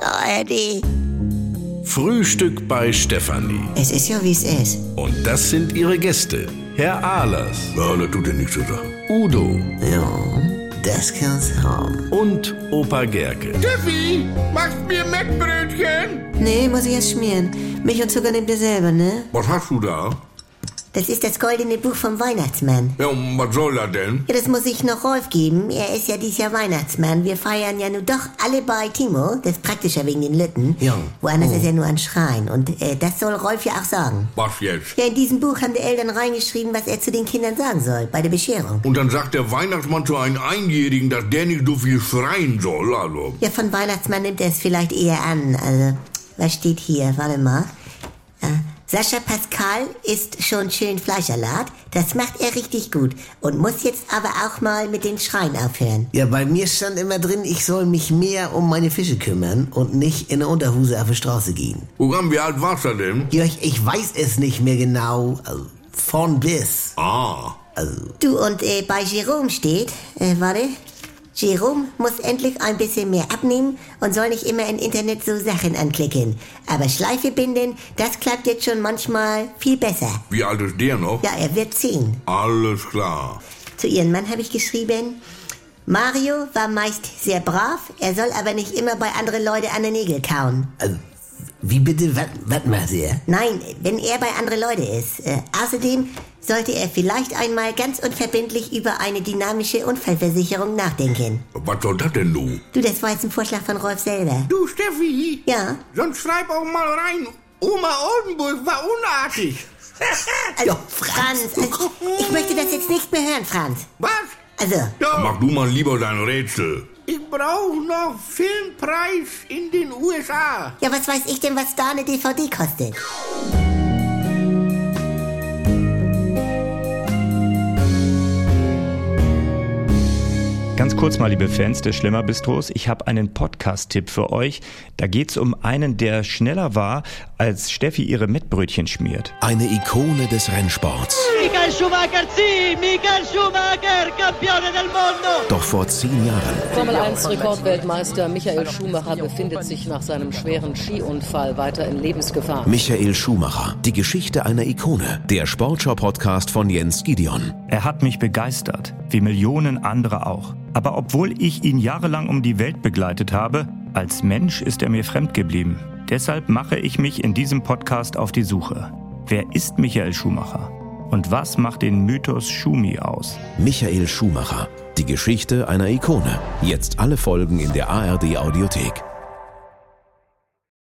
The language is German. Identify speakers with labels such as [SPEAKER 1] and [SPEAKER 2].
[SPEAKER 1] ARD.
[SPEAKER 2] Frühstück bei Stefanie.
[SPEAKER 1] Es ist ja, wie es ist.
[SPEAKER 2] Und das sind ihre Gäste. Herr Ahlers. Ja, das tut er nichts zu sagen. Udo
[SPEAKER 1] Ja, das kann's haben.
[SPEAKER 2] und Opa Gerke.
[SPEAKER 3] Steffi, machst mir Mettbrötchen?
[SPEAKER 1] Nee, muss ich erst schmieren. Milch und Zucker nehmt ihr selber, ne?
[SPEAKER 3] Was hast du da?
[SPEAKER 1] Das ist das goldene Buch vom Weihnachtsmann.
[SPEAKER 3] Ja, und was soll das denn?
[SPEAKER 1] Ja, das muss ich noch Rolf geben. Er ist ja dieses Jahr Weihnachtsmann. Wir feiern ja nun doch alle bei Timo. Das ist praktischer wegen den Lütten.
[SPEAKER 3] Ja.
[SPEAKER 1] Woanders ist ja Oh. nur ein Schrein. Und äh, das soll Rolf ja auch sagen.
[SPEAKER 3] Was jetzt?
[SPEAKER 1] Ja, in diesem Buch haben die Eltern reingeschrieben, was er zu den Kindern sagen soll, bei der Bescherung.
[SPEAKER 3] Und dann sagt der Weihnachtsmann zu einem Einjährigen, dass der nicht so viel schreien soll, also.
[SPEAKER 1] Ja, von Weihnachtsmann nimmt er es vielleicht eher an. Also, was steht hier? Warte mal. Äh, Sascha Pascal isst schon schön Fleischsalat. Das macht er richtig gut. Und muss jetzt aber auch mal mit den Schreien aufhören.
[SPEAKER 4] Ja, bei mir stand immer drin, ich soll mich mehr um meine Fische kümmern und nicht in der Unterhose auf die Straße gehen.
[SPEAKER 3] Programm, wie alt warst du denn?
[SPEAKER 4] Jörg, ich weiß es nicht mehr genau. Also, von bis.
[SPEAKER 3] Ah.
[SPEAKER 4] Also,
[SPEAKER 1] Du, und äh, bei Jerome steht, äh, warte, Jerome muss endlich ein bisschen mehr abnehmen und soll nicht immer im Internet so Sachen anklicken. Aber Schleife binden, das klappt jetzt schon manchmal viel besser.
[SPEAKER 3] Wie alt ist der noch?
[SPEAKER 1] Ja, er wird zehn.
[SPEAKER 3] Alles klar.
[SPEAKER 1] Zu ihrem Mann habe ich geschrieben, Mario war meist sehr brav, er soll aber nicht immer bei anderen Leuten an den Nägel kauen.
[SPEAKER 4] also wie bitte, was macht ihr?
[SPEAKER 1] Nein, wenn er bei anderen Leuten ist. Äh, außerdem sollte er vielleicht einmal ganz unverbindlich über eine dynamische Unfallversicherung nachdenken.
[SPEAKER 3] Was soll das denn nun?
[SPEAKER 1] Du, das war jetzt ein Vorschlag von Rolf selber.
[SPEAKER 3] Du, Steffi,
[SPEAKER 1] Ja,
[SPEAKER 3] sonst schreib auch mal rein. Oma Oldenburg war unartig.
[SPEAKER 1] also, Franz, also, ich möchte das jetzt nicht mehr hören, Franz.
[SPEAKER 3] Was?
[SPEAKER 1] Also,
[SPEAKER 3] Mach du mal lieber dein Rätsel.
[SPEAKER 5] Ich brauche noch Filmpreis in den USA.
[SPEAKER 1] ja, was weiß ich denn, was da eine DVD kostet?
[SPEAKER 6] Ganz kurz mal, liebe Fans des Schlemmerbistros, ich habe einen Podcast-Tipp für euch. Da geht's um einen, der schneller war, als Steffi ihre Mettbrötchen schmiert.
[SPEAKER 7] Eine Ikone des Rennsports.
[SPEAKER 8] Michael Schumacher, sì, Michael Schumacher, campione del mondo!
[SPEAKER 7] Doch vor zehn Jahren
[SPEAKER 9] Formel 1 Rekordweltmeister Michael Schumacher befindet sich nach seinem schweren Skiunfall weiter in Lebensgefahr.
[SPEAKER 7] Michael Schumacher. Die Geschichte einer Ikone. Der Sportschau-Podcast von Jens Gideon.
[SPEAKER 6] Er hat mich begeistert, wie Millionen andere auch. Aber obwohl ich ihn jahrelang um die Welt begleitet habe, als Mensch ist er mir fremd geblieben. Deshalb mache ich mich in diesem Podcast auf die Suche. Wer ist Michael Schumacher? Und was macht den Mythos Schumi aus?
[SPEAKER 7] Michael Schumacher. Die Geschichte einer Ikone. Jetzt alle Folgen in der ARD Audiothek.